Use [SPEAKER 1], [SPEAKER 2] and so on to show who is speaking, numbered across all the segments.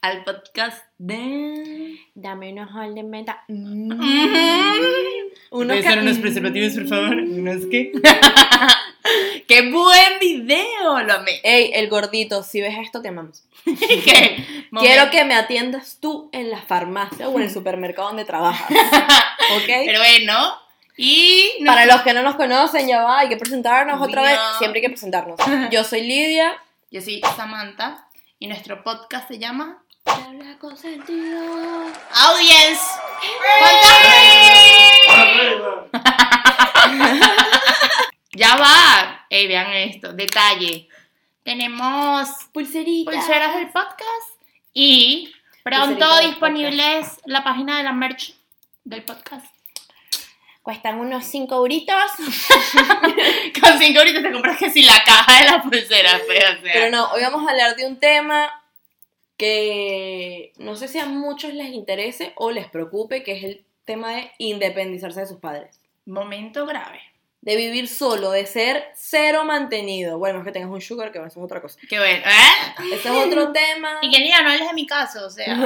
[SPEAKER 1] al podcast de...
[SPEAKER 2] Dame unos hall de meta. Mm.
[SPEAKER 1] Unos ¿Puedes dar unos preservativos, por favor? ¿Unos qué? ¡Qué buen video! Lo amé.
[SPEAKER 2] Ey, el gordito, si ves esto, te amamos.
[SPEAKER 1] ¿Qué?
[SPEAKER 2] Quiero que me atiendas tú en la farmacia o en el supermercado donde trabajas. ¿Ok?
[SPEAKER 1] Pero bueno, y... no-
[SPEAKER 2] Para los que no nos conocen, ya va, hay que presentarnos otra vez.
[SPEAKER 1] Mira.
[SPEAKER 2] Siempre hay que presentarnos. Yo soy Lidia.
[SPEAKER 1] Yo soy Samantha y nuestro podcast se llama... Audience. Ya va. Ey, vean esto. Detalle. Tenemos
[SPEAKER 2] Pulserita.
[SPEAKER 1] pulseras del podcast y pronto
[SPEAKER 2] Pulseritas del
[SPEAKER 1] disponibles la página de la merch del podcast.
[SPEAKER 2] Cuestan unos 5 euritos.
[SPEAKER 1] Con 5 ahorita te compras que si la caja de las pulseras, pero, o sea,
[SPEAKER 2] Pero no, hoy vamos a hablar de un tema que no sé si a muchos les interese o les preocupe, que es el tema de independizarse de sus padres.
[SPEAKER 1] Momento grave.
[SPEAKER 2] De vivir solo, de ser cero mantenido. Bueno, es que tengas un sugar, que eso es otra cosa.
[SPEAKER 1] Qué bueno. ¿eh?
[SPEAKER 2] Ese es otro tema.
[SPEAKER 1] Y que mira, no hables de mi caso, o sea.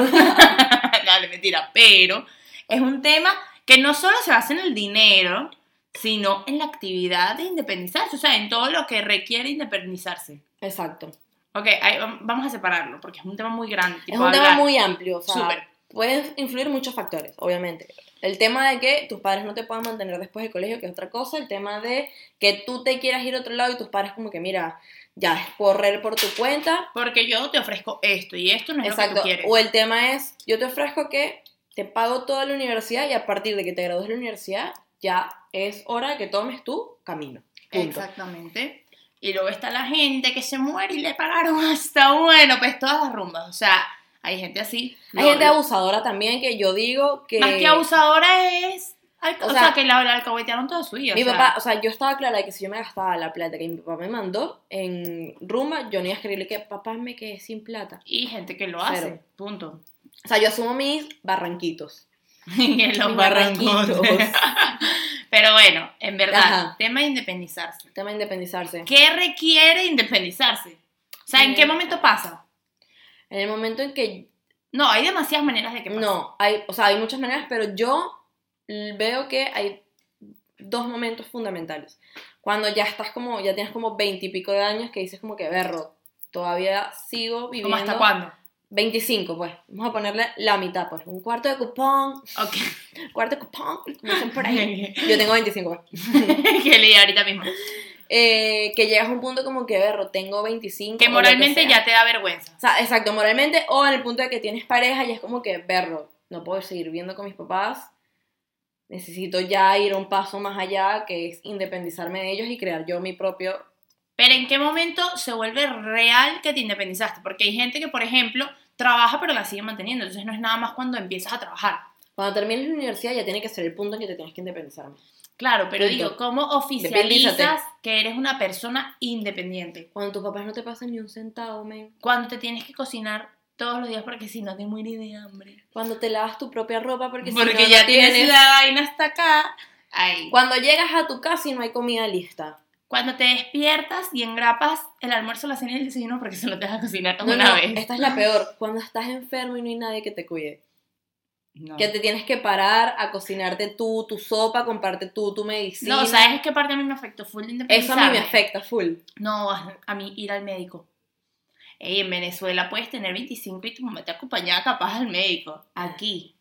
[SPEAKER 1] Dale, mentira. Pero es un tema que no solo se basa en el dinero, sino en la actividad de independizarse, o sea, en todo lo que requiere independizarse.
[SPEAKER 2] Exacto.
[SPEAKER 1] Ok, ahí vam- vamos a separarlo, porque es un tema muy grande.
[SPEAKER 2] Es
[SPEAKER 1] tipo,
[SPEAKER 2] un tema
[SPEAKER 1] hablar.
[SPEAKER 2] muy amplio, o sea,
[SPEAKER 1] Súper.
[SPEAKER 2] pueden influir muchos factores, obviamente. El tema de que tus padres no te puedan mantener después del colegio, que es otra cosa. El tema de que tú te quieras ir a otro lado y tus padres como que, mira, ya es correr por tu cuenta.
[SPEAKER 1] Porque yo te ofrezco esto y esto no es lo que
[SPEAKER 2] Exacto.
[SPEAKER 1] tú quieres.
[SPEAKER 2] O el tema es, yo te ofrezco que te pago toda la universidad y a partir de que te gradúes de la universidad, ya es hora de que tomes tu camino. Punto.
[SPEAKER 1] Exactamente. Y luego está la gente que se muere y le pagaron hasta bueno, pues todas las rumbas. O sea, hay gente así.
[SPEAKER 2] Hay
[SPEAKER 1] Lo-
[SPEAKER 2] gente abusadora también que yo digo que...
[SPEAKER 1] Más que abusadora es. al-
[SPEAKER 2] O
[SPEAKER 1] O,
[SPEAKER 2] sea,
[SPEAKER 1] sea, que la, la alcahuetearon toda su vida.
[SPEAKER 2] Mi
[SPEAKER 1] o sea,
[SPEAKER 2] papá, o sea, yo estaba clara de que si yo me gastaba la plata que mi papá me mandó en rumba, yo no iba a escribirle que papá me quedé sin plata.
[SPEAKER 1] Y gente que lo
[SPEAKER 2] Cero.
[SPEAKER 1] hace. Punto.
[SPEAKER 2] O sea, yo asumo mis barranquitos.
[SPEAKER 1] Y en los
[SPEAKER 2] mis
[SPEAKER 1] barrancones. Pero bueno, en verdad,
[SPEAKER 2] Ajá.
[SPEAKER 1] tema de independizarse.
[SPEAKER 2] Tema de independizarse.
[SPEAKER 1] ¿Qué requiere independizarse? O sea, ¿en
[SPEAKER 2] Eh,
[SPEAKER 1] qué momento pasa?
[SPEAKER 2] En el momento en que
[SPEAKER 1] No, hay demasiadas maneras de que pase.
[SPEAKER 2] no, hay, o sea, hay muchas maneras, pero yo veo que hay dos momentos fundamentales. Cuando ya estás como, ya tienes como veintipico de años que dices como que berro, todavía sigo
[SPEAKER 1] ¿Cómo
[SPEAKER 2] viviendo.
[SPEAKER 1] hasta cuándo?
[SPEAKER 2] 25, pues. Vamos a ponerle la mitad, pues. Un cuarto de cupón,
[SPEAKER 1] Ok.
[SPEAKER 2] cuarto de cupón, como dicen por ahí. Yo tengo 25, pues.
[SPEAKER 1] que leí ahorita mismo.
[SPEAKER 2] Eh, que llegas a un punto como que, berro, tengo 25.
[SPEAKER 1] Que
[SPEAKER 2] o lo
[SPEAKER 1] moralmente
[SPEAKER 2] sea.
[SPEAKER 1] ya te da vergüenza.
[SPEAKER 2] O sea, exacto, moralmente o en el punto de que tienes pareja y es como que, berro, no puedo seguir viviendo con mis papás. Necesito ya ir un paso más allá, que es independizarme de ellos y crear yo mi propio...
[SPEAKER 1] Pero ¿en qué momento se vuelve real que te independizaste? Porque hay gente que, por ejemplo, trabaja pero la sigue manteniendo. Entonces no es nada más cuando empiezas a trabajar.
[SPEAKER 2] Cuando termines la universidad ya tiene que ser el punto en que te tienes que independizar.
[SPEAKER 1] Claro, pero
[SPEAKER 2] Punto.
[SPEAKER 1] digo, ¿cómo oficializas
[SPEAKER 2] Independízate.
[SPEAKER 1] que eres una persona independiente?
[SPEAKER 2] Cuando tus papás no te pasan ni un centavo, men.
[SPEAKER 1] Cuando te tienes que cocinar todos los días porque si no te mueres de hambre.
[SPEAKER 2] Cuando te lavas tu propia ropa porque,
[SPEAKER 1] Porque,
[SPEAKER 2] si no, no
[SPEAKER 1] ya tienes... la vaina hasta acá. Ay.
[SPEAKER 2] Cuando llegas a tu casa y no hay comida lista.
[SPEAKER 1] Cuando te despiertas y engrapas el almuerzo, la cena y el desayuno porque solo te vas a cocinar
[SPEAKER 2] No,
[SPEAKER 1] una
[SPEAKER 2] no,
[SPEAKER 1] vez.
[SPEAKER 2] Esta es la peor. Cuando estás enfermo y no hay nadie que te cuide.
[SPEAKER 1] No.
[SPEAKER 2] Que te tienes que parar a cocinarte tú, tu sopa, comparte tú, tu medicina.
[SPEAKER 1] No, ¿sabes qué parte a mí me afectó? Full de
[SPEAKER 2] Eso a mí me
[SPEAKER 1] independizarme.
[SPEAKER 2] afecta full.
[SPEAKER 1] No, a a mí ir al médico. Ey, en Venezuela puedes tener 25 y tu mamá te acompañaba capaz al médico. Aquí.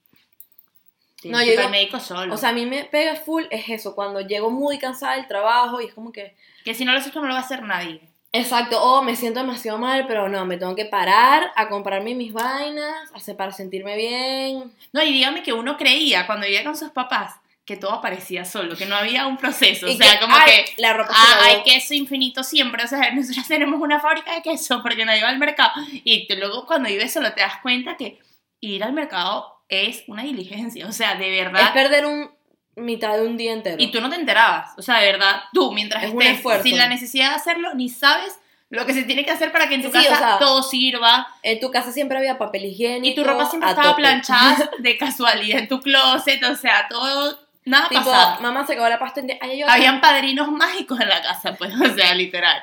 [SPEAKER 2] No,
[SPEAKER 1] no,
[SPEAKER 2] yo
[SPEAKER 1] yo
[SPEAKER 2] digo-
[SPEAKER 1] al médico solo.
[SPEAKER 2] O sea, a mí me pega full es eso, cuando llego muy cansada del trabajo y es como que,
[SPEAKER 1] que si no lo haces tú no lo va a hacer nadie.
[SPEAKER 2] exacto, oh, me siento demasiado mal, pero no, me tengo que parar a comprarme mis vainas, hacer para sentirme bien.
[SPEAKER 1] No, y dígame que uno creía cuando vivía con sus papás que todo aparecía solo, que no había un proceso.
[SPEAKER 2] Y
[SPEAKER 1] o sea, como
[SPEAKER 2] ay,
[SPEAKER 1] que
[SPEAKER 2] la ropa se
[SPEAKER 1] ah,
[SPEAKER 2] lavó.
[SPEAKER 1] hay queso infinito siempre. O sea, nosotros tenemos una fábrica de queso porque nadie va al mercado. Y te- luego cuando vives solo te das cuenta que ir al mercado es una diligencia. O sea, de
[SPEAKER 2] es
[SPEAKER 1] verdad.
[SPEAKER 2] perder un mitad de un día entero.
[SPEAKER 1] Y tú no te enterabas, o sea, de verdad, tú mientras
[SPEAKER 2] Es un
[SPEAKER 1] estés
[SPEAKER 2] esfuerzo.
[SPEAKER 1] sin la necesidad de hacerlo, ni sabes lo que se tiene que hacer para que en tu
[SPEAKER 2] Sí, sí,
[SPEAKER 1] casa
[SPEAKER 2] o sea,
[SPEAKER 1] todo sirva
[SPEAKER 2] En tu casa siempre había papel higiénico.
[SPEAKER 1] y tu ropa siempre
[SPEAKER 2] a
[SPEAKER 1] estaba
[SPEAKER 2] tope.
[SPEAKER 1] planchada de casualidad en tu closet, o sea, todo, nada
[SPEAKER 2] Tipo,
[SPEAKER 1] pasaba.
[SPEAKER 2] mamá se acabó la pasta. en- Ay, ay, ay.
[SPEAKER 1] Habían padrinos mágicos en la casa, pues, o sea, literal.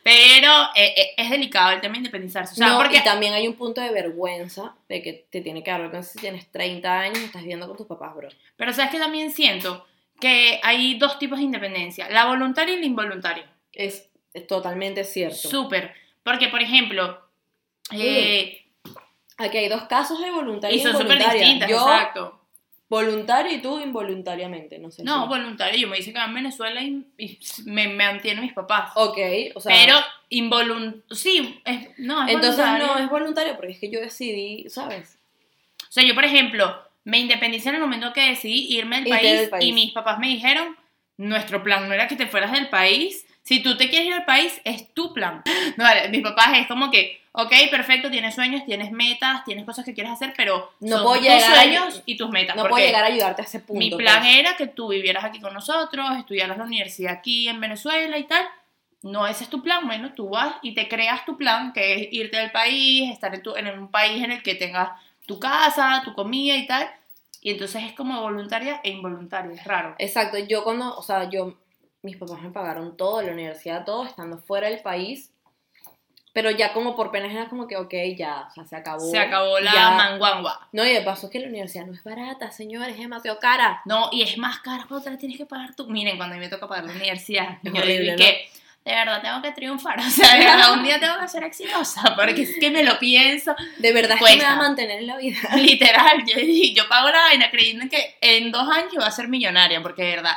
[SPEAKER 1] Pero eh, eh, es delicado el tema de independizarse. O sea,
[SPEAKER 2] No,
[SPEAKER 1] porque
[SPEAKER 2] y también hay un punto de vergüenza de que te tiene que dar vergüenza si tienes 30 años y estás viviendo con tus papás, bro.
[SPEAKER 1] Pero sabes que también siento que hay dos tipos de independencia, la voluntaria y la involuntaria.
[SPEAKER 2] Es, es totalmente cierto.
[SPEAKER 1] Súper. Porque, por ejemplo, eh,
[SPEAKER 2] Aquí hay dos casos de voluntaria
[SPEAKER 1] y
[SPEAKER 2] y
[SPEAKER 1] son súper
[SPEAKER 2] involuntaria.
[SPEAKER 1] distintas,
[SPEAKER 2] Yo
[SPEAKER 1] exacto.
[SPEAKER 2] voluntaria y tú involuntariamente, no sé.
[SPEAKER 1] No,
[SPEAKER 2] si-
[SPEAKER 1] voluntaria, yo me hice que en Venezuela y, y me, me mantienen mis papás.
[SPEAKER 2] Ok, o sea...
[SPEAKER 1] Pero involuntaria, sí, es- no, es
[SPEAKER 2] entonces
[SPEAKER 1] voluntaria.
[SPEAKER 2] no es voluntario porque es que yo decidí, ¿sabes?
[SPEAKER 1] O sea, yo, por ejemplo, me independicé en el momento que decidí irme del
[SPEAKER 2] Irte
[SPEAKER 1] país,
[SPEAKER 2] del país.
[SPEAKER 1] y mis papás me dijeron, nuestro plan no era que te fueras del país. Si tú te quieres ir al país, es tu plan. No, vale, mis papás es como que, ok, perfecto, tienes sueños, tienes metas, tienes cosas que quieres hacer, pero
[SPEAKER 2] No
[SPEAKER 1] son
[SPEAKER 2] puedo
[SPEAKER 1] tus
[SPEAKER 2] llegar a-
[SPEAKER 1] sueños y tus metas.
[SPEAKER 2] No
[SPEAKER 1] porque
[SPEAKER 2] puedo llegar a ayudarte a ese punto.
[SPEAKER 1] mi plan
[SPEAKER 2] pues.
[SPEAKER 1] era que tú vivieras aquí con nosotros, estudiaras la universidad aquí en Venezuela y tal. No, ese es tu plan. Bueno, tú vas y te creas tu plan, que es irte del país, estar en, tu- en un país en el que tengas tu casa, tu comida y tal. Y entonces es como voluntaria e involuntaria, es raro.
[SPEAKER 2] Exacto, yo cuando, o sea, yo, mis papás me pagaron todo, la universidad, todo, estando fuera del país. Pero ya como por penas era como que, ok, ya, o sea, se acabó.
[SPEAKER 1] Se acabó la
[SPEAKER 2] ya.
[SPEAKER 1] manguangua.
[SPEAKER 2] No, y de paso es que la universidad no es barata, señores, es demasiado cara.
[SPEAKER 1] No, y es más caro cuando te la tienes que pagar tú. Miren, cuando a mí me toca pagar la universidad, yo
[SPEAKER 2] Es horrible,
[SPEAKER 1] digo
[SPEAKER 2] ¿no?
[SPEAKER 1] que de verdad tengo que triunfar. O sea, de verdad un día tengo que ser exitosa, porque es que me lo pienso.
[SPEAKER 2] De verdad es que me
[SPEAKER 1] Cuesta.
[SPEAKER 2] va a mantener en la vida.
[SPEAKER 1] Literal, yo, yo pago la vaina creyendo en que en dos años yo voy a ser millonaria, porque de verdad,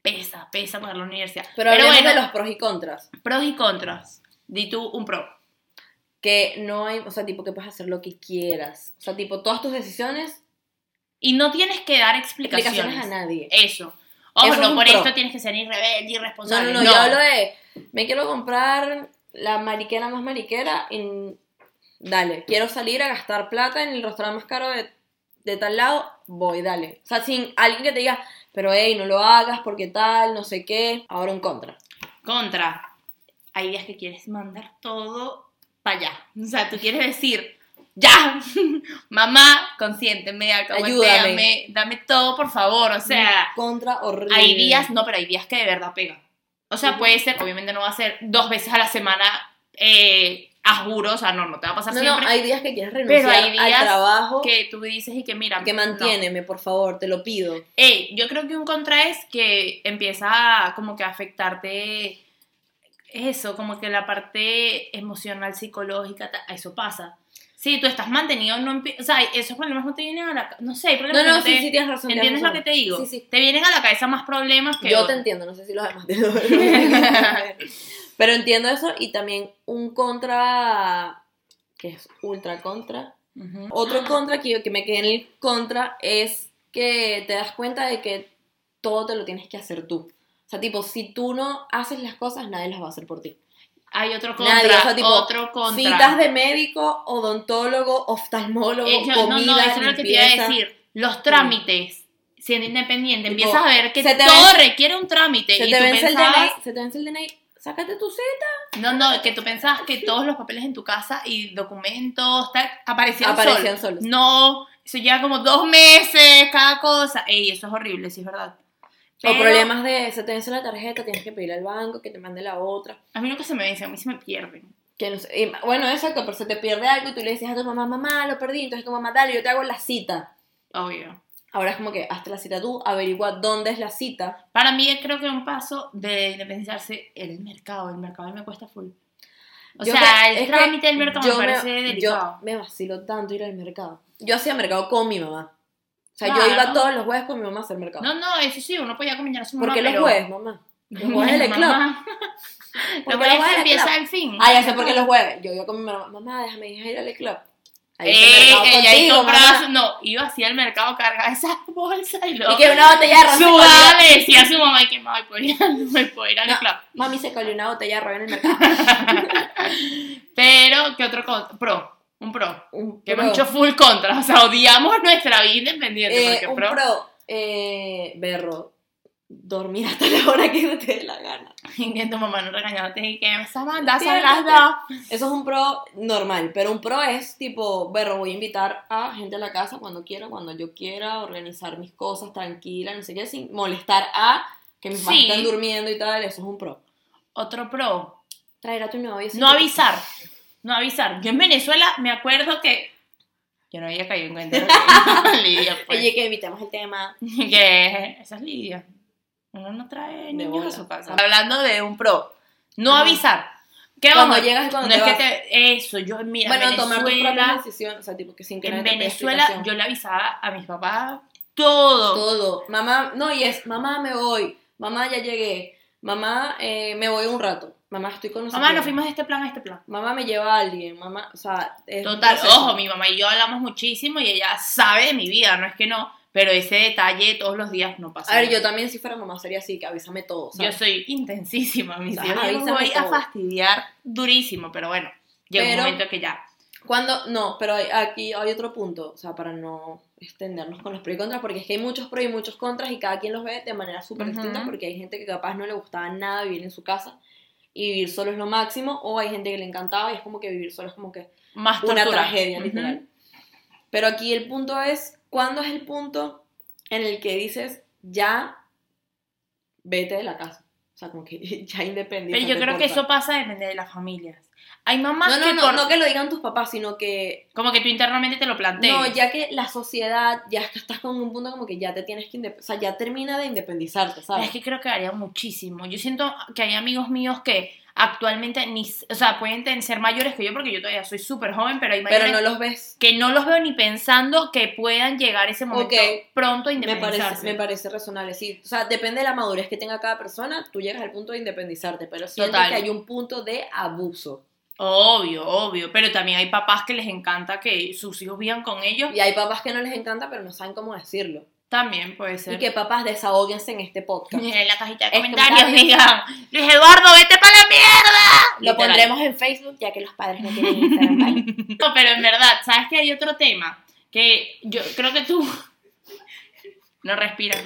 [SPEAKER 1] pesa, pesa pagar la universidad. Pero,
[SPEAKER 2] Pero, hablemos
[SPEAKER 1] bueno,
[SPEAKER 2] de los pros y contras.
[SPEAKER 1] pros y contras. Di tú un pro.
[SPEAKER 2] Que no hay, o sea, tipo, que puedes hacer lo que quieras. O sea, tipo, todas tus decisiones,
[SPEAKER 1] Y no tienes que dar explicaciones.
[SPEAKER 2] explicaciones a nadie.
[SPEAKER 1] Eso. Ojo,
[SPEAKER 2] Eso es
[SPEAKER 1] no
[SPEAKER 2] un
[SPEAKER 1] por
[SPEAKER 2] pro.
[SPEAKER 1] esto tienes que ser ni rebelde,
[SPEAKER 2] No, no,
[SPEAKER 1] irresponsable.
[SPEAKER 2] no, yo hablo de, me quiero comprar la mariquera más mariquera y dale, quiero salir a gastar plata en el restaurante más caro de, de tal lado, voy, dale. O sea, sin alguien que te diga, pero hey, no lo hagas porque tal, no sé qué. Ahora un contra.
[SPEAKER 1] Contra. Hay días que quieres mandar todo para allá. O sea, tú quieres decir, ya, mamá, consiénteme,
[SPEAKER 2] Ayúdame.
[SPEAKER 1] alcahueteame, dame todo, por favor. O sea.
[SPEAKER 2] Un contra horrible.
[SPEAKER 1] Hay días, no, pero hay días que de verdad pega. O sea,
[SPEAKER 2] Ujú.
[SPEAKER 1] puede ser, obviamente no va a ser dos veces a la semana, eh, a juro, o sea, no, no te va a pasar
[SPEAKER 2] No, no,
[SPEAKER 1] siempre.
[SPEAKER 2] hay días que quieres renunciar
[SPEAKER 1] Pero hay días
[SPEAKER 2] al trabajo que,
[SPEAKER 1] Que tú dices y que mira. no.
[SPEAKER 2] mantiéneme, por favor, te lo pido.
[SPEAKER 1] Ey, yo creo que un contra es que empieza a como que a afectarte eso, como que la parte emocional, psicológica, ta- eso pasa. Sí, tú estás mantenido, no empie- o sea, esos problemas no te vienen a la ca- no sé, hay
[SPEAKER 2] No,
[SPEAKER 1] problemas que
[SPEAKER 2] no,
[SPEAKER 1] no
[SPEAKER 2] sí,
[SPEAKER 1] te-
[SPEAKER 2] sí, tienes razón. tienes
[SPEAKER 1] ¿Entiendes lo
[SPEAKER 2] razón.
[SPEAKER 1] que te digo?
[SPEAKER 2] Sí, sí.
[SPEAKER 1] Te vienen a la cabeza más problemas que
[SPEAKER 2] Yo te
[SPEAKER 1] otros.
[SPEAKER 2] entiendo, no sé si los demás te lo Pero entiendo eso y también un contra, que es ultra contra.
[SPEAKER 1] Ujú.
[SPEAKER 2] Otro contra que, que me quedé en el contra es que te das cuenta de que todo te lo tienes que hacer tú. O sea, tipo, si tú no haces las cosas, nadie las va a hacer por ti.
[SPEAKER 1] Hay otro contra,
[SPEAKER 2] Nadie, o sea, tipo,
[SPEAKER 1] otro contra.
[SPEAKER 2] Citas de médico, odontólogo, oftalmólogo,
[SPEAKER 1] Eh, yo-
[SPEAKER 2] comida,
[SPEAKER 1] no, no, eso es lo que te iba
[SPEAKER 2] limpieza.
[SPEAKER 1] a decir. Los trámites, siendo independiente,
[SPEAKER 2] Tipo,
[SPEAKER 1] empiezas a ver que
[SPEAKER 2] se te
[SPEAKER 1] todo
[SPEAKER 2] vence-
[SPEAKER 1] requiere un trámite.
[SPEAKER 2] Se
[SPEAKER 1] Eh, y
[SPEAKER 2] te
[SPEAKER 1] tú
[SPEAKER 2] vence el
[SPEAKER 1] pensabas,
[SPEAKER 2] DNI, se te vence el DNI, sácate tu cita.
[SPEAKER 1] no, no, que tú pensabas que todos los papeles en tu casa y documentos tal, aparecían,
[SPEAKER 2] Aparecían
[SPEAKER 1] solos.
[SPEAKER 2] solos.
[SPEAKER 1] No, eso lleva como dos meses, cada cosa. Ey, eso es horrible, sí es verdad.
[SPEAKER 2] O
[SPEAKER 1] Pero
[SPEAKER 2] problemas de se te vence la tarjeta, tienes que pedir al banco que te mande la otra.
[SPEAKER 1] A mí nunca se me vence, a mí se me pierden.
[SPEAKER 2] Que no sé, y- bueno, exacto, pero se te pierde algo y tú le dices a tu mamá, mamá, lo perdí, entonces tu mamá, dale, yo te hago la cita.
[SPEAKER 1] Obvio.
[SPEAKER 2] Ahora es como que hazte la cita tú, averigua dónde es la cita.
[SPEAKER 1] Para mí creo que un paso de independizarse el mercado. El mercado a mí me cuesta full. O
[SPEAKER 2] Yo
[SPEAKER 1] sea,
[SPEAKER 2] que-
[SPEAKER 1] el
[SPEAKER 2] es que
[SPEAKER 1] trámite del mercado me
[SPEAKER 2] yo
[SPEAKER 1] parece
[SPEAKER 2] Yo
[SPEAKER 1] delicado.
[SPEAKER 2] me vacilo tanto ir al mercado. Yo hacía mercado con mi mamá. O sea,
[SPEAKER 1] Claro.
[SPEAKER 2] yo iba todos los jueves con mi mamá a hacer mercado.
[SPEAKER 1] No, no, eso sí, uno puede acompañar a su mamá.
[SPEAKER 2] ¿Por qué los
[SPEAKER 1] pero-
[SPEAKER 2] jueves, mamá? Los jueves del club.
[SPEAKER 1] Mamá.
[SPEAKER 2] ¿Por
[SPEAKER 1] Los
[SPEAKER 2] qué los
[SPEAKER 1] jueves
[SPEAKER 2] jueves del
[SPEAKER 1] empieza
[SPEAKER 2] club?
[SPEAKER 1] el fin.
[SPEAKER 2] Ah, ya sé por qué los jueves. Yo iba con mi mamá, mamá, déjame ir al club. Ahí hice
[SPEAKER 1] Eh,
[SPEAKER 2] mercado
[SPEAKER 1] ella ahí
[SPEAKER 2] contigo,
[SPEAKER 1] compraba
[SPEAKER 2] mamá.
[SPEAKER 1] su- No, iba así al mercado, cargaba esas bolsas y luego.
[SPEAKER 2] Y que una botella de arroz se
[SPEAKER 1] Sudaba,
[SPEAKER 2] colgó.
[SPEAKER 1] le decía a su mamá y que mamá, voy a ir al- me puedo ir al
[SPEAKER 2] No.
[SPEAKER 1] club.
[SPEAKER 2] Mami se colió una botella de arroz en el mercado.
[SPEAKER 1] Pero, ¿qué otro con- pro? Un pro.
[SPEAKER 2] Un
[SPEAKER 1] Que
[SPEAKER 2] pro.
[SPEAKER 1] hemos hecho full contra. O sea, odiamos nuestra vida independiente.
[SPEAKER 2] Eh,
[SPEAKER 1] porque
[SPEAKER 2] un
[SPEAKER 1] pro.
[SPEAKER 2] pro. Eh, berro. Dormir hasta la hora que te dé la gana.
[SPEAKER 1] Y que tu mamá no regañaste y que Samantha, son las
[SPEAKER 2] Siéntate.
[SPEAKER 1] dos.
[SPEAKER 2] Eso es un pro normal, pero un pro es tipo, berro, voy a invitar a gente a la casa cuando quiera, cuando yo quiera, organizar mis cosas tranquila, no sé qué, sin molestar a que mis papás
[SPEAKER 1] Sí.
[SPEAKER 2] están durmiendo y tal, eso es un pro.
[SPEAKER 1] Otro pro,
[SPEAKER 2] Traer a tu novio. sí,
[SPEAKER 1] No
[SPEAKER 2] pero-
[SPEAKER 1] avisar. No avisar. Yo en Venezuela me acuerdo que. Yo no había caído en cuenta. de lo que- Lidia, pues.
[SPEAKER 2] Oye, que evitemos el tema.
[SPEAKER 1] que esa es Lidia. Uno no trae niños a
[SPEAKER 2] bola.
[SPEAKER 1] su casa. Hablando de un pro. No
[SPEAKER 2] Ajá.
[SPEAKER 1] avisar. ¿Qué
[SPEAKER 2] Cuando
[SPEAKER 1] ojo,
[SPEAKER 2] llegas y cuando
[SPEAKER 1] no
[SPEAKER 2] te
[SPEAKER 1] es que
[SPEAKER 2] vas.
[SPEAKER 1] te- Eso, yo, mira,
[SPEAKER 2] bueno,
[SPEAKER 1] en
[SPEAKER 2] tomar tus propias
[SPEAKER 1] Venezuela,
[SPEAKER 2] decisiones. O sea, tipo que sin que
[SPEAKER 1] en
[SPEAKER 2] nadie te pida
[SPEAKER 1] Venezuela
[SPEAKER 2] explicación.
[SPEAKER 1] yo le avisaba a mis papás todo.
[SPEAKER 2] Todo. Mamá, no, y es, mamá, me voy. Mamá, ya llegué. Mamá, eh, me voy un rato. Mamá, estoy con
[SPEAKER 1] Mamá, nos
[SPEAKER 2] nosotros.
[SPEAKER 1] fuimos de este plan a este plan.
[SPEAKER 2] Mamá, me lleva a alguien. Mamá, o sea... es un
[SPEAKER 1] Total,
[SPEAKER 2] proceso.
[SPEAKER 1] ojo, mi mamá y yo hablamos muchísimo y ella sabe de mi vida, no es que no, pero ese detalle todos los días no pasa.
[SPEAKER 2] A ver, yo también si fuera mamá sería así, que avísame todo,
[SPEAKER 1] Yo
[SPEAKER 2] ¿sabes?
[SPEAKER 1] soy intensísima, mis
[SPEAKER 2] O sea,
[SPEAKER 1] hijos. Yo los
[SPEAKER 2] avísame
[SPEAKER 1] voy a
[SPEAKER 2] todo.
[SPEAKER 1] fastidiar durísimo, pero bueno, llega
[SPEAKER 2] Pero-
[SPEAKER 1] un momento que ya.
[SPEAKER 2] Cuando, no, pero hay- aquí hay otro punto, o sea, para no extendernos con los pros y contras, porque es que hay muchos pros y muchos contras y cada quien los ve de manera súper
[SPEAKER 1] Ujú.
[SPEAKER 2] distinta, porque hay gente que capaz no le gustaba nada vivir en su casa y vivir solo es lo máximo, o hay gente que le encantaba y es como que vivir solo es como que
[SPEAKER 1] Más
[SPEAKER 2] una
[SPEAKER 1] tortura.
[SPEAKER 2] tragedia,
[SPEAKER 1] Ujú.
[SPEAKER 2] literal. Pero aquí el punto es, ¿cuándo es el punto en el que dices, ya vete de la casa? O sea, como que ya independiente.
[SPEAKER 1] Pero yo creo que eso pasa depende de las familias. Hay mamás
[SPEAKER 2] No, no,
[SPEAKER 1] que
[SPEAKER 2] no,
[SPEAKER 1] por-
[SPEAKER 2] no que lo digan tus papás, sino que
[SPEAKER 1] como que tú internamente te lo planteas.
[SPEAKER 2] No, ya que la sociedad, ya es que estás con un punto como que ya te tienes que independizar, o sea, ya termina de independizarte,
[SPEAKER 1] Pero
[SPEAKER 2] ¿sabes?
[SPEAKER 1] Es que creo que varía muchísimo. Yo siento que hay amigos míos que actualmente ni, o sea, pueden ten- ser mayores que yo porque yo todavía soy súper joven, pero hay mayores
[SPEAKER 2] Pero no los ves.
[SPEAKER 1] que no los veo ni pensando que puedan llegar ese momento
[SPEAKER 2] Ok.
[SPEAKER 1] pronto a
[SPEAKER 2] Me
[SPEAKER 1] independizarse.
[SPEAKER 2] parece, me parece razonable, sí. O sea, depende de la madurez que tenga cada persona, tú llegas al punto de independizarte, pero siento
[SPEAKER 1] Total.
[SPEAKER 2] que hay un punto de abuso.
[SPEAKER 1] Obvio, obvio, pero también hay papás que les encanta que sus hijos vivan con ellos.
[SPEAKER 2] Y hay papás que no les encanta, pero no saben cómo decirlo.
[SPEAKER 1] También puede ser.
[SPEAKER 2] Y que papás desahóguense en este podcast.
[SPEAKER 1] En la cajita de
[SPEAKER 2] Es
[SPEAKER 1] comentarios
[SPEAKER 2] comentario.
[SPEAKER 1] digan, Luis Eduardo, vete para la mierda.
[SPEAKER 2] Lo
[SPEAKER 1] Literal.
[SPEAKER 2] pondremos en Facebook, ya que los padres no tienen Instagram. ¿vale?
[SPEAKER 1] No, pero en verdad, ¿sabes que hay otro tema? Que yo creo que tú no respiras.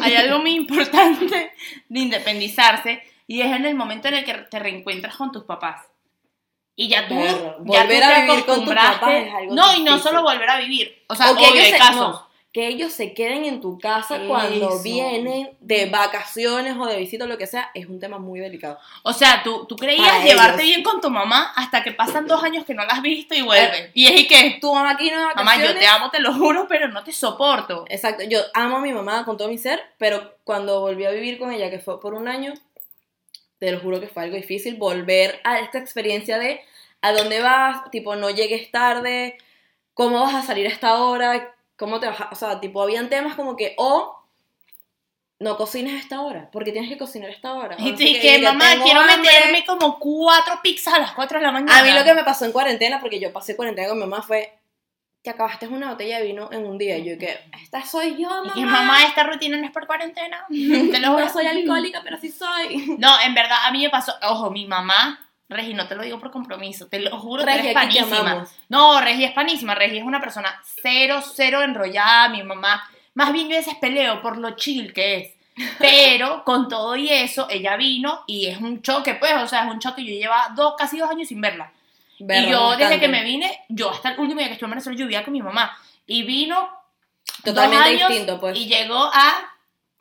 [SPEAKER 1] Hay algo muy importante de independizarse y es en el momento en el que te reencuentras con tus papás. Y ya tú,
[SPEAKER 2] Perro,
[SPEAKER 1] ya tú
[SPEAKER 2] volver
[SPEAKER 1] te
[SPEAKER 2] a vivir con tus
[SPEAKER 1] acostumbraste.
[SPEAKER 2] papás es algo
[SPEAKER 1] no, y no
[SPEAKER 2] difícil.
[SPEAKER 1] solo volver a vivir. O sea,
[SPEAKER 2] O que
[SPEAKER 1] obvio, hay
[SPEAKER 2] ellos se-
[SPEAKER 1] casos.
[SPEAKER 2] no, que ellos se queden en tu casa
[SPEAKER 1] Eso.
[SPEAKER 2] cuando vienen de vacaciones o de visita o lo que sea, es un tema muy delicado.
[SPEAKER 1] O sea, tú, tú creías
[SPEAKER 2] Para
[SPEAKER 1] llevarte
[SPEAKER 2] ellos.
[SPEAKER 1] bien con tu mamá hasta que pasan dos años que no la has visto y vuelve. Y es y que,
[SPEAKER 2] Tu mamá aquí no de
[SPEAKER 1] mamá,
[SPEAKER 2] Eh, vacaciones.
[SPEAKER 1] yo te amo, te lo juro, pero no te soporto.
[SPEAKER 2] Exacto, yo amo a mi mamá con todo mi ser, pero cuando volví a vivir con ella, que fue por un año, te lo juro que fue algo difícil volver a esta experiencia de a dónde vas, tipo, no llegues tarde, cómo vas a salir a esta hora, cómo te vas a... O sea, tipo, habían temas como que, o no cocines a esta hora, porque tienes que cocinar a esta hora.
[SPEAKER 1] Y
[SPEAKER 2] o
[SPEAKER 1] tú,
[SPEAKER 2] no
[SPEAKER 1] y
[SPEAKER 2] sé qué,
[SPEAKER 1] que
[SPEAKER 2] y yo,
[SPEAKER 1] mamá,
[SPEAKER 2] "Tengo
[SPEAKER 1] quiero
[SPEAKER 2] hambre".
[SPEAKER 1] meterme como cuatro pizzas a las 4 de la mañana.
[SPEAKER 2] A mí lo que me pasó en cuarentena, porque yo pasé cuarentena con mi mamá, fue, te acabaste una botella de vino en un día, y yo y que, esta soy yo,
[SPEAKER 1] Y
[SPEAKER 2] mamá.
[SPEAKER 1] que mamá, esta rutina no es por cuarentena. Te lo juro.
[SPEAKER 2] No soy alcohólica, pero sí soy.
[SPEAKER 1] No, en verdad, a mí me pasó. Ojo, mi mamá, Regi, no te lo digo por compromiso. Te lo juro, que
[SPEAKER 2] Regi,
[SPEAKER 1] es
[SPEAKER 2] aquí te
[SPEAKER 1] panísima.
[SPEAKER 2] amamos.
[SPEAKER 1] No, Regi es panísima. Regi es una persona cero, cero enrollada. Mi mamá, más bien yo a veces peleo por lo chill que es. Pero con todo y eso, ella vino y es un choque, pues, o sea, es un choque. Yo llevaba dos, casi dos años sin verla. y yo desde que me vine, yo hasta el último día que estuve en Venezuela, yo vivía con mi mamá. Y vino
[SPEAKER 2] Totalmente
[SPEAKER 1] dos años
[SPEAKER 2] distinto, pues.
[SPEAKER 1] y llegó a...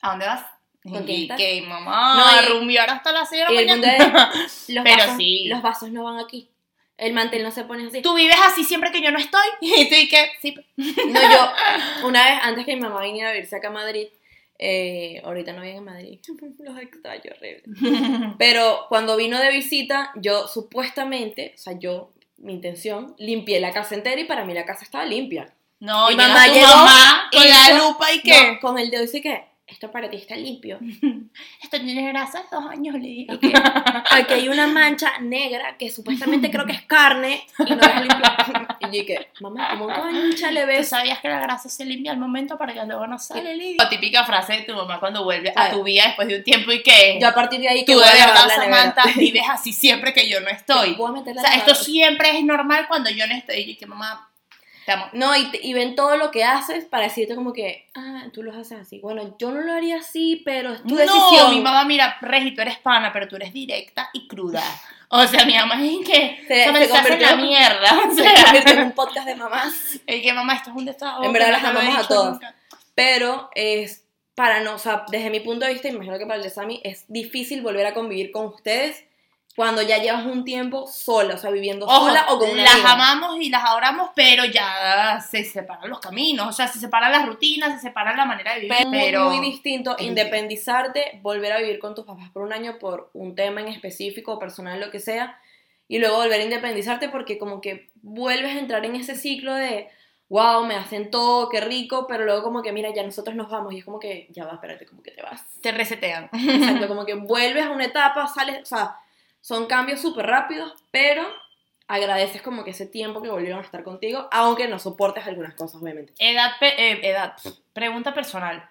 [SPEAKER 1] ¿A dónde vas?
[SPEAKER 2] ¿Con quién
[SPEAKER 1] y
[SPEAKER 2] estás?
[SPEAKER 1] que mamá,
[SPEAKER 2] No,
[SPEAKER 1] no,
[SPEAKER 2] y-
[SPEAKER 1] a rumbear hasta las 6 de
[SPEAKER 2] y
[SPEAKER 1] la
[SPEAKER 2] el
[SPEAKER 1] mañana.
[SPEAKER 2] Los
[SPEAKER 1] Pero
[SPEAKER 2] vasos,
[SPEAKER 1] sí.
[SPEAKER 2] Los vasos no van aquí. El mantel no se pone así.
[SPEAKER 1] Tú vives así siempre que yo no estoy. Y tú y que, sí.
[SPEAKER 2] No, yo, una vez, antes que mi mamá viniera a vivirse acá a Madrid, eh, ahorita no viene a Madrid, los extraño horrible. Pero cuando vino de visita, yo supuestamente, o sea, yo, mi intención, limpié la casa entera y para mí la casa estaba limpia.
[SPEAKER 1] No,
[SPEAKER 2] Mi
[SPEAKER 1] llega
[SPEAKER 2] mamá
[SPEAKER 1] tu
[SPEAKER 2] llegó
[SPEAKER 1] mamá
[SPEAKER 2] y
[SPEAKER 1] con la
[SPEAKER 2] dijo,
[SPEAKER 1] lupa y que...
[SPEAKER 2] No, con el dedo dice que, esto para ti está limpio.
[SPEAKER 1] Esto tiene grasa de dos años, le dije.
[SPEAKER 2] Aquí, aquí hay una mancha negra que supuestamente creo que es carne y no es limpia. Y yo dije, mamá, ¿cómo mancha le
[SPEAKER 1] Tú
[SPEAKER 2] ves?
[SPEAKER 1] sabías que la grasa se limpia al momento para que luego no sale Lidia. La típica frase de tu mamá cuando vuelve a
[SPEAKER 2] Ay.
[SPEAKER 1] tu vida después de un tiempo y que...
[SPEAKER 2] Yo a partir de ahí que
[SPEAKER 1] Tú de
[SPEAKER 2] voy a lavar
[SPEAKER 1] verdad,
[SPEAKER 2] la nevera.
[SPEAKER 1] Samantha, vives así siempre que yo no estoy.
[SPEAKER 2] Voy a meter
[SPEAKER 1] O
[SPEAKER 2] la
[SPEAKER 1] sea, esto
[SPEAKER 2] nevera.
[SPEAKER 1] siempre es normal cuando yo no estoy. Y que mamá, te amo.
[SPEAKER 2] No, y, te- y ven todo lo que haces para decirte como que, ah, tú los haces así. Bueno, yo no lo haría así, pero es tu
[SPEAKER 1] no,
[SPEAKER 2] decisión.
[SPEAKER 1] mi mamá, mira, Regi, tú eres pana, pero tú eres directa y cruda. O sea, mi mamá es que
[SPEAKER 2] Se-
[SPEAKER 1] se,
[SPEAKER 2] Eh, se
[SPEAKER 1] en
[SPEAKER 2] convirtió-
[SPEAKER 1] la mierda. O
[SPEAKER 2] Se
[SPEAKER 1] sea,
[SPEAKER 2] convierte en un podcast de mamás.
[SPEAKER 1] es que mamá, esto es un desahogo.
[SPEAKER 2] En verdad
[SPEAKER 1] que
[SPEAKER 2] las
[SPEAKER 1] no te lo he
[SPEAKER 2] amamos a
[SPEAKER 1] dicho
[SPEAKER 2] todas.
[SPEAKER 1] nunca.
[SPEAKER 2] Pero es para no, o sea, desde mi punto de vista, imagino que para el de Sammy es difícil volver a convivir con ustedes cuando ya llevas un tiempo sola, o sea, viviendo
[SPEAKER 1] Ojo,
[SPEAKER 2] sola o con una
[SPEAKER 1] las
[SPEAKER 2] amiga.
[SPEAKER 1] amamos y las adoramos, pero ya se separan los caminos, o sea, se separan las rutinas, se separa la manera de vivir.
[SPEAKER 2] Pero,
[SPEAKER 1] Pero,
[SPEAKER 2] muy- muy distinto independizarte, volver a vivir con tus papás por un año por un tema en específico, personal, lo que sea, y luego volver a independizarte porque como que vuelves a entrar en ese ciclo de, wow, me hacen todo, qué rico, pero luego como que, mira, ya nosotros nos vamos y es como que, ya va, espérate, como que te vas.
[SPEAKER 1] te resetean.
[SPEAKER 2] Exacto, como que vuelves a una etapa, sales, o sea, son cambios súper rápidos, pero agradeces como que ese tiempo que volvieron a estar contigo, aunque no soportes algunas cosas, obviamente.
[SPEAKER 1] Edad, pe- eh, edad, pregunta personal.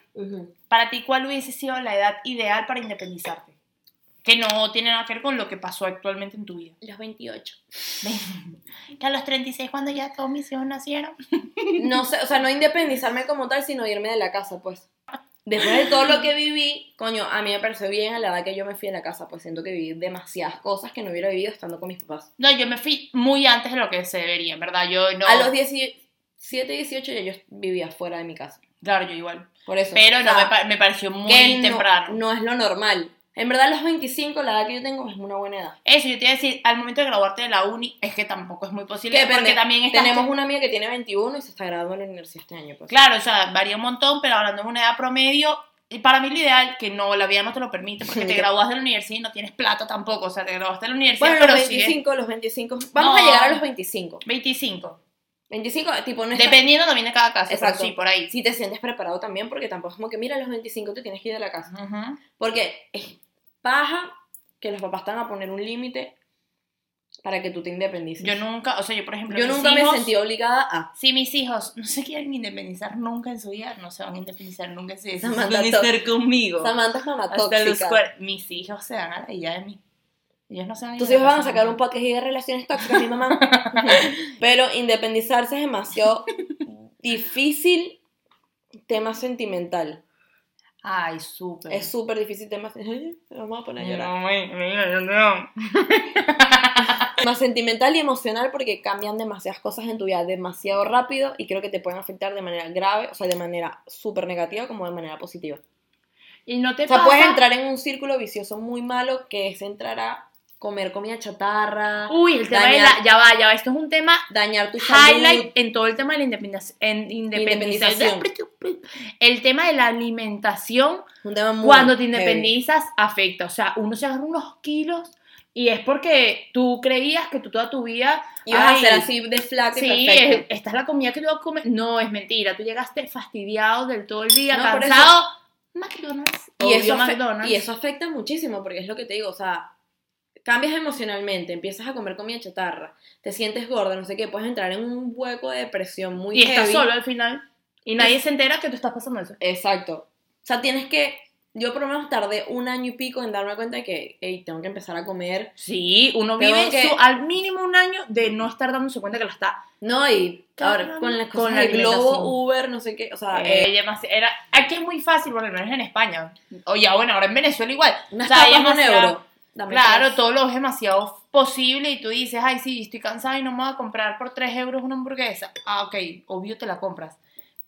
[SPEAKER 1] Para ti, ¿cuál hubiese sido la edad ideal para independizarte? Que no tiene nada que ver con lo que pasó actualmente en tu vida.
[SPEAKER 2] Los 28.
[SPEAKER 1] Que a los 36, cuando ya todos mis hijos nacieron.
[SPEAKER 2] No sé, o sea, no independizarme como tal, sino irme de la casa, pues. Después de todo lo que viví, coño, a mí me pareció bien a la edad que yo me fui de la casa, pues siento que viví demasiadas cosas que no hubiera vivido estando con mis papás.
[SPEAKER 1] No, yo me fui muy antes de lo que se debería, en verdad. Yo no.
[SPEAKER 2] A los 17, 18 ya yo vivía fuera de mi casa.
[SPEAKER 1] Claro, yo igual.
[SPEAKER 2] Por eso.
[SPEAKER 1] Pero
[SPEAKER 2] o
[SPEAKER 1] no,
[SPEAKER 2] sea,
[SPEAKER 1] me, pa- me pareció muy
[SPEAKER 2] que no-
[SPEAKER 1] temprano.
[SPEAKER 2] No, es lo normal. En verdad, los 25, la edad que yo tengo, es una buena edad.
[SPEAKER 1] Eso, yo te iba a decir, al momento de graduarte de la uni, es que tampoco es muy posible.
[SPEAKER 2] Que
[SPEAKER 1] porque
[SPEAKER 2] depende,
[SPEAKER 1] también estás-
[SPEAKER 2] Tenemos una amiga que tiene 21 y se está graduando en la universidad este año. pues.
[SPEAKER 1] Claro, o sea, varía un montón, pero hablando de una edad promedio, y para mí lo ideal, que no, la vida no te lo permite, porque te
[SPEAKER 2] Ya.
[SPEAKER 1] gradúas de la universidad y no tienes plata tampoco. O sea, te graduaste de la universidad,
[SPEAKER 2] Bueno,
[SPEAKER 1] pero
[SPEAKER 2] los
[SPEAKER 1] sigues-
[SPEAKER 2] 25, los 25. Vamos a
[SPEAKER 1] No.
[SPEAKER 2] llegar a los 25.
[SPEAKER 1] 25.
[SPEAKER 2] 25, tipo, no es-
[SPEAKER 1] Dependiendo también de cada caso. pero
[SPEAKER 2] Exacto.
[SPEAKER 1] sí, por ahí.
[SPEAKER 2] Si te sientes preparado también, porque tampoco es como que, mira, a los 25 te tienes que ir de la casa.
[SPEAKER 1] Ujú.
[SPEAKER 2] Porque es paja que los papás están a poner un límite para que tú te independices.
[SPEAKER 1] Yo nunca, o sea, yo por ejemplo.
[SPEAKER 2] Yo
[SPEAKER 1] mis
[SPEAKER 2] nunca me
[SPEAKER 1] hijos-
[SPEAKER 2] sentí obligada a.
[SPEAKER 1] Si mis hijos no se quieren independizar nunca en su vida, no se van a independizar nunca en su vida. Se
[SPEAKER 2] Samantha
[SPEAKER 1] van a estar conmigo.
[SPEAKER 2] Samantha es mamá
[SPEAKER 1] Hasta los
[SPEAKER 2] tóxica.
[SPEAKER 1] cuer- Mis hijos se van a la idea de mí. Ellos no se van a
[SPEAKER 2] Tus hijos van a
[SPEAKER 1] independizar
[SPEAKER 2] sacar un
[SPEAKER 1] nunca.
[SPEAKER 2] podcast de relaciones tóxicas, mi mamá. Pero independizarse es demasiado difícil tema sentimental.
[SPEAKER 1] Ay, súper.
[SPEAKER 2] Es súper difícil tema sentimental. Vamos a poner a llorar.
[SPEAKER 1] No, me- me- yo no.
[SPEAKER 2] Más sentimental y emocional porque cambian demasiadas cosas en tu vida demasiado rápido y creo que te pueden afectar de manera grave, o sea, de manera súper negativa como de manera positiva.
[SPEAKER 1] Y no te
[SPEAKER 2] O sea,
[SPEAKER 1] pasa.
[SPEAKER 2] puedes entrar en un círculo vicioso muy malo que es entrar a comer comida chatarra,
[SPEAKER 1] Uy, el tema
[SPEAKER 2] Dañar-
[SPEAKER 1] de la. Ya va, ya va. Esto es un tema
[SPEAKER 2] dañar tu salud.
[SPEAKER 1] highlight en todo el tema de la independiz- en- independización.
[SPEAKER 2] Independización.
[SPEAKER 1] El tema de la alimentación,
[SPEAKER 2] Un tema muy
[SPEAKER 1] cuando te
[SPEAKER 2] heavy.
[SPEAKER 1] independizas, afecta. O sea, uno se agarra unos kilos y es porque tú creías que tú toda tu vida.
[SPEAKER 2] Ibas
[SPEAKER 1] ay,
[SPEAKER 2] a ser así de flaca y
[SPEAKER 1] Sí,
[SPEAKER 2] perfecta.
[SPEAKER 1] es- esta es la comida que tú vas a comer. No, es mentira. Tú llegaste fastidiado del todo el día,
[SPEAKER 2] No, por eso-
[SPEAKER 1] cansado. McDonald's.
[SPEAKER 2] Y
[SPEAKER 1] Obvio,
[SPEAKER 2] eso, afe-
[SPEAKER 1] McDonald's.
[SPEAKER 2] y eso afecta muchísimo, porque es lo que te digo, o sea, cambias emocionalmente, empiezas a comer comida chatarra, te sientes gorda, no sé qué, puedes entrar en un hueco de depresión muy
[SPEAKER 1] Y estás
[SPEAKER 2] heavy.
[SPEAKER 1] solo al final. Y nadie
[SPEAKER 2] Es-
[SPEAKER 1] se entera que tú estás pasando eso.
[SPEAKER 2] Exacto. O sea, tienes que, yo por lo menos tardé un año y pico en darme cuenta de que, hey, tengo que empezar a comer.
[SPEAKER 1] Sí, uno
[SPEAKER 2] Tengo
[SPEAKER 1] vive
[SPEAKER 2] que-
[SPEAKER 1] su- al mínimo un año de no estar dándose cuenta que lo está.
[SPEAKER 2] No, y ahora,
[SPEAKER 1] Caramba.
[SPEAKER 2] con las
[SPEAKER 1] Con
[SPEAKER 2] cosas
[SPEAKER 1] la
[SPEAKER 2] del
[SPEAKER 1] alimentación.
[SPEAKER 2] globo, Uber, no sé qué, o sea,
[SPEAKER 1] Eh, demasi- era, aquí es muy fácil, bueno, al menos en España. O ya, bueno, ahora en Venezuela igual.
[SPEAKER 2] unas
[SPEAKER 1] O sea, hay
[SPEAKER 2] tapas con
[SPEAKER 1] demasiado-
[SPEAKER 2] euro. Dame
[SPEAKER 1] Claro,
[SPEAKER 2] tres.
[SPEAKER 1] todo lo es demasiado posible y tú dices, ay, sí, estoy cansada y no me voy a comprar por 3 euros una hamburguesa. Ah, ok, obvio te la compras.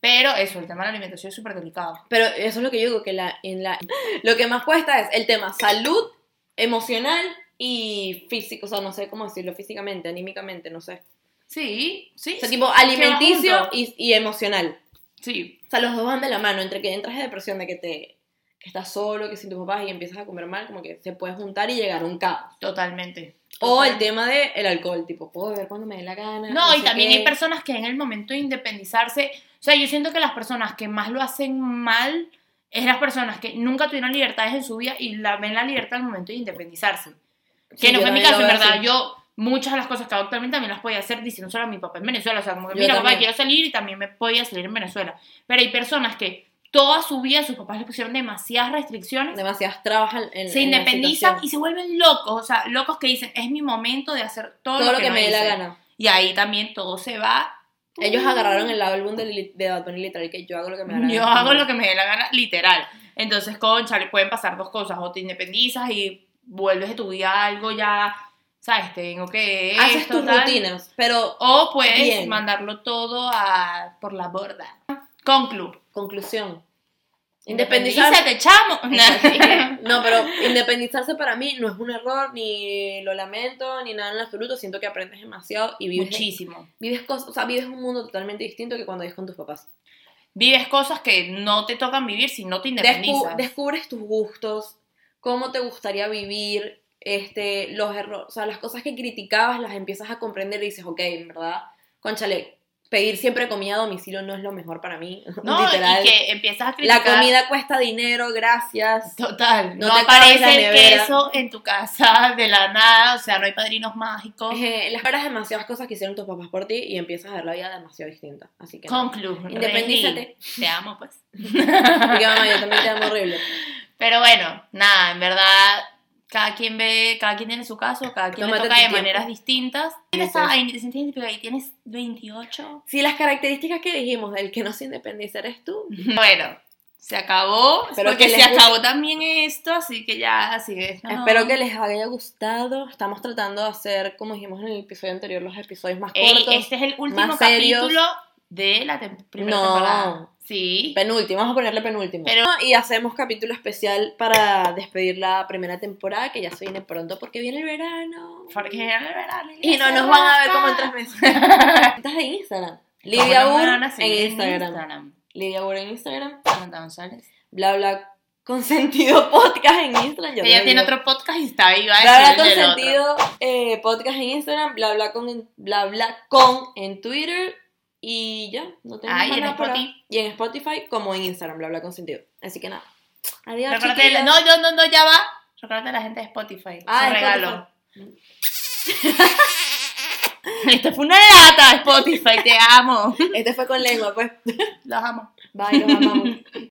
[SPEAKER 1] Pero eso, el tema de la alimentación es súper delicado.
[SPEAKER 2] Pero eso es lo que yo digo, que la, en la, lo que más cuesta es el tema salud, emocional y físico. O sea, no sé cómo decirlo físicamente, anímicamente, no sé.
[SPEAKER 1] Sí, sí.
[SPEAKER 2] O sea, tipo alimenticio
[SPEAKER 1] junto.
[SPEAKER 2] y, y emocional.
[SPEAKER 1] Sí.
[SPEAKER 2] O sea, los dos van de la mano, entre que entras en depresión, de que te que estás solo, que sin tus papás y empiezas a comer mal, como que se puede juntar y llegar a un caos.
[SPEAKER 1] Totalmente.
[SPEAKER 2] O el tema del el alcohol, tipo, puedo beber cuando me dé la gana.
[SPEAKER 1] No, y
[SPEAKER 2] sé
[SPEAKER 1] también
[SPEAKER 2] qué.
[SPEAKER 1] hay personas que en el momento de independizarse, o sea, yo siento que las personas que más lo hacen mal es las personas que nunca tuvieron libertades en su vida y la, ven la libertad al momento de independizarse. Que
[SPEAKER 2] Sí,
[SPEAKER 1] no
[SPEAKER 2] yo
[SPEAKER 1] fue mi
[SPEAKER 2] también
[SPEAKER 1] caso,
[SPEAKER 2] lo
[SPEAKER 1] en
[SPEAKER 2] veo
[SPEAKER 1] verdad.
[SPEAKER 2] así.
[SPEAKER 1] Yo muchas de las cosas que hago actualmente también las podía hacer diciendo solo a mi papá en Venezuela. O sea, como que,
[SPEAKER 2] Yo
[SPEAKER 1] mira, papá,
[SPEAKER 2] también.
[SPEAKER 1] quiero salir y también me podía salir en Venezuela. Pero hay personas que toda su vida sus papás les pusieron demasiadas restricciones
[SPEAKER 2] Demasiadas trabajan en
[SPEAKER 1] se
[SPEAKER 2] en la
[SPEAKER 1] independizan y
[SPEAKER 2] situación.
[SPEAKER 1] se vuelven locos, o sea, locos que dicen, es mi momento de hacer todo,
[SPEAKER 2] todo lo que
[SPEAKER 1] no
[SPEAKER 2] me dé la
[SPEAKER 1] hice".
[SPEAKER 2] gana.
[SPEAKER 1] Y ahí también todo se va.
[SPEAKER 2] Ellos agarraron el álbum de, Lili- de Bad Bunny literal que yo hago lo que me da la
[SPEAKER 1] Yo
[SPEAKER 2] gana.
[SPEAKER 1] hago lo que me dé la gana, literal. Entonces, concha, le pueden pasar dos cosas, o te independizas y vuelves de tu vida algo ya, ¿sabes? Tengo que
[SPEAKER 2] Haces
[SPEAKER 1] esto,
[SPEAKER 2] tus
[SPEAKER 1] tal.
[SPEAKER 2] rutinas, pero
[SPEAKER 1] O puedes
[SPEAKER 2] Bien.
[SPEAKER 1] mandarlo todo a, por la borda. Conclu.
[SPEAKER 2] conclusión. Independizar-
[SPEAKER 1] Independízate, chamo. No,
[SPEAKER 2] No, pero independizarse para mí no es un error, ni lo lamento, ni nada en absoluto. Siento que aprendes demasiado y
[SPEAKER 1] sí.
[SPEAKER 2] vives,
[SPEAKER 1] Muchísimo.
[SPEAKER 2] vives cosas, o sea, vives un mundo totalmente distinto que cuando vives con tus papás.
[SPEAKER 1] Vives cosas que no te tocan vivir si no te
[SPEAKER 2] Descu-
[SPEAKER 1] independizas.
[SPEAKER 2] descubres tus gustos, cómo te gustaría vivir, este, los errores, o sea, las cosas que criticabas las empiezas a comprender y dices, ok, en verdad, conchale, pedir siempre comida a domicilio no es lo mejor para mí.
[SPEAKER 1] no,
[SPEAKER 2] literal.
[SPEAKER 1] y que empiezas a
[SPEAKER 2] La
[SPEAKER 1] criticar.
[SPEAKER 2] comida cuesta dinero, gracias.
[SPEAKER 1] Total,
[SPEAKER 2] No
[SPEAKER 1] no,
[SPEAKER 2] te acabes
[SPEAKER 1] aparece
[SPEAKER 2] la
[SPEAKER 1] el
[SPEAKER 2] nevera.
[SPEAKER 1] queso en tu casa de la nada, o sea, no hay padrinos mágicos.
[SPEAKER 2] Eh, las paras demasiadas cosas que hicieron tus papás por ti y empiezas a ver la vida demasiado distinta. Así que. no.
[SPEAKER 1] Conclu,
[SPEAKER 2] Independízate.
[SPEAKER 1] Reni, Te amo, pues.
[SPEAKER 2] Porque, mamá, yo también te amo horrible.
[SPEAKER 1] Pero bueno, nada, en verdad, cada quien ve, cada quien tiene su caso, cada quien le
[SPEAKER 2] Tómate tu
[SPEAKER 1] toca de
[SPEAKER 2] tiempo.
[SPEAKER 1] maneras distintas. Tienes
[SPEAKER 2] Así es.
[SPEAKER 1] a a Indecisión Científica y tienes 28.
[SPEAKER 2] Si las características que dijimos del que no se independiza eres tú,
[SPEAKER 1] Bueno, se acabó,
[SPEAKER 2] Pero
[SPEAKER 1] porque
[SPEAKER 2] que les
[SPEAKER 1] se
[SPEAKER 2] guste.
[SPEAKER 1] acabó también esto, así que ya, así que... no.
[SPEAKER 2] espero que les haya gustado. Estamos tratando de hacer, como dijimos en el episodio anterior, los episodios más
[SPEAKER 1] Ey,
[SPEAKER 2] cortos.
[SPEAKER 1] este es el último
[SPEAKER 2] más serios.
[SPEAKER 1] capítulo de la tem- primera
[SPEAKER 2] No.
[SPEAKER 1] temporada. Sí.
[SPEAKER 2] Penúltimo, vamos a ponerle penúltimo.
[SPEAKER 1] Pero-
[SPEAKER 2] y hacemos capítulo especial para despedir la primera temporada que ya se viene pronto porque viene el verano.
[SPEAKER 1] Porque en el verano
[SPEAKER 2] Y no
[SPEAKER 1] ya se
[SPEAKER 2] nos van a ver
[SPEAKER 1] va.
[SPEAKER 2] como en tres meses. Estás en Instagram.
[SPEAKER 1] ¿Cómo
[SPEAKER 2] Livia
[SPEAKER 1] nos
[SPEAKER 2] Burr
[SPEAKER 1] van
[SPEAKER 2] en
[SPEAKER 1] a seguir
[SPEAKER 2] Instagram. Lidia Burr en Instagram.
[SPEAKER 1] Samantha González.
[SPEAKER 2] Bla bla consentido podcast en Instagram. ya
[SPEAKER 1] Ella
[SPEAKER 2] lo
[SPEAKER 1] tiene
[SPEAKER 2] digo.
[SPEAKER 1] otro podcast y está ahí, va a
[SPEAKER 2] Bla bla
[SPEAKER 1] decir el del otro.
[SPEAKER 2] consentido eh, podcast en Instagram. Bla bla con en- bla bla con en Twitter. Y ya, no tengo
[SPEAKER 1] Ah, y
[SPEAKER 2] más
[SPEAKER 1] en
[SPEAKER 2] nada por ahí.
[SPEAKER 1] Spotify.
[SPEAKER 2] Y en Spotify como en Instagram, bla bla consentido. Así que nada. Adiós.
[SPEAKER 1] Recuérdate,
[SPEAKER 2] chiquillos.
[SPEAKER 1] no, no, no, no, ya va. Recuérdate a la gente de Spotify.
[SPEAKER 2] Ah,
[SPEAKER 1] Ah,
[SPEAKER 2] de
[SPEAKER 1] regalo. Esto fue una lata, Spotify, te amo.
[SPEAKER 2] Este fue con lengua, pues.
[SPEAKER 1] Los amo.
[SPEAKER 2] Bye, nos amamos.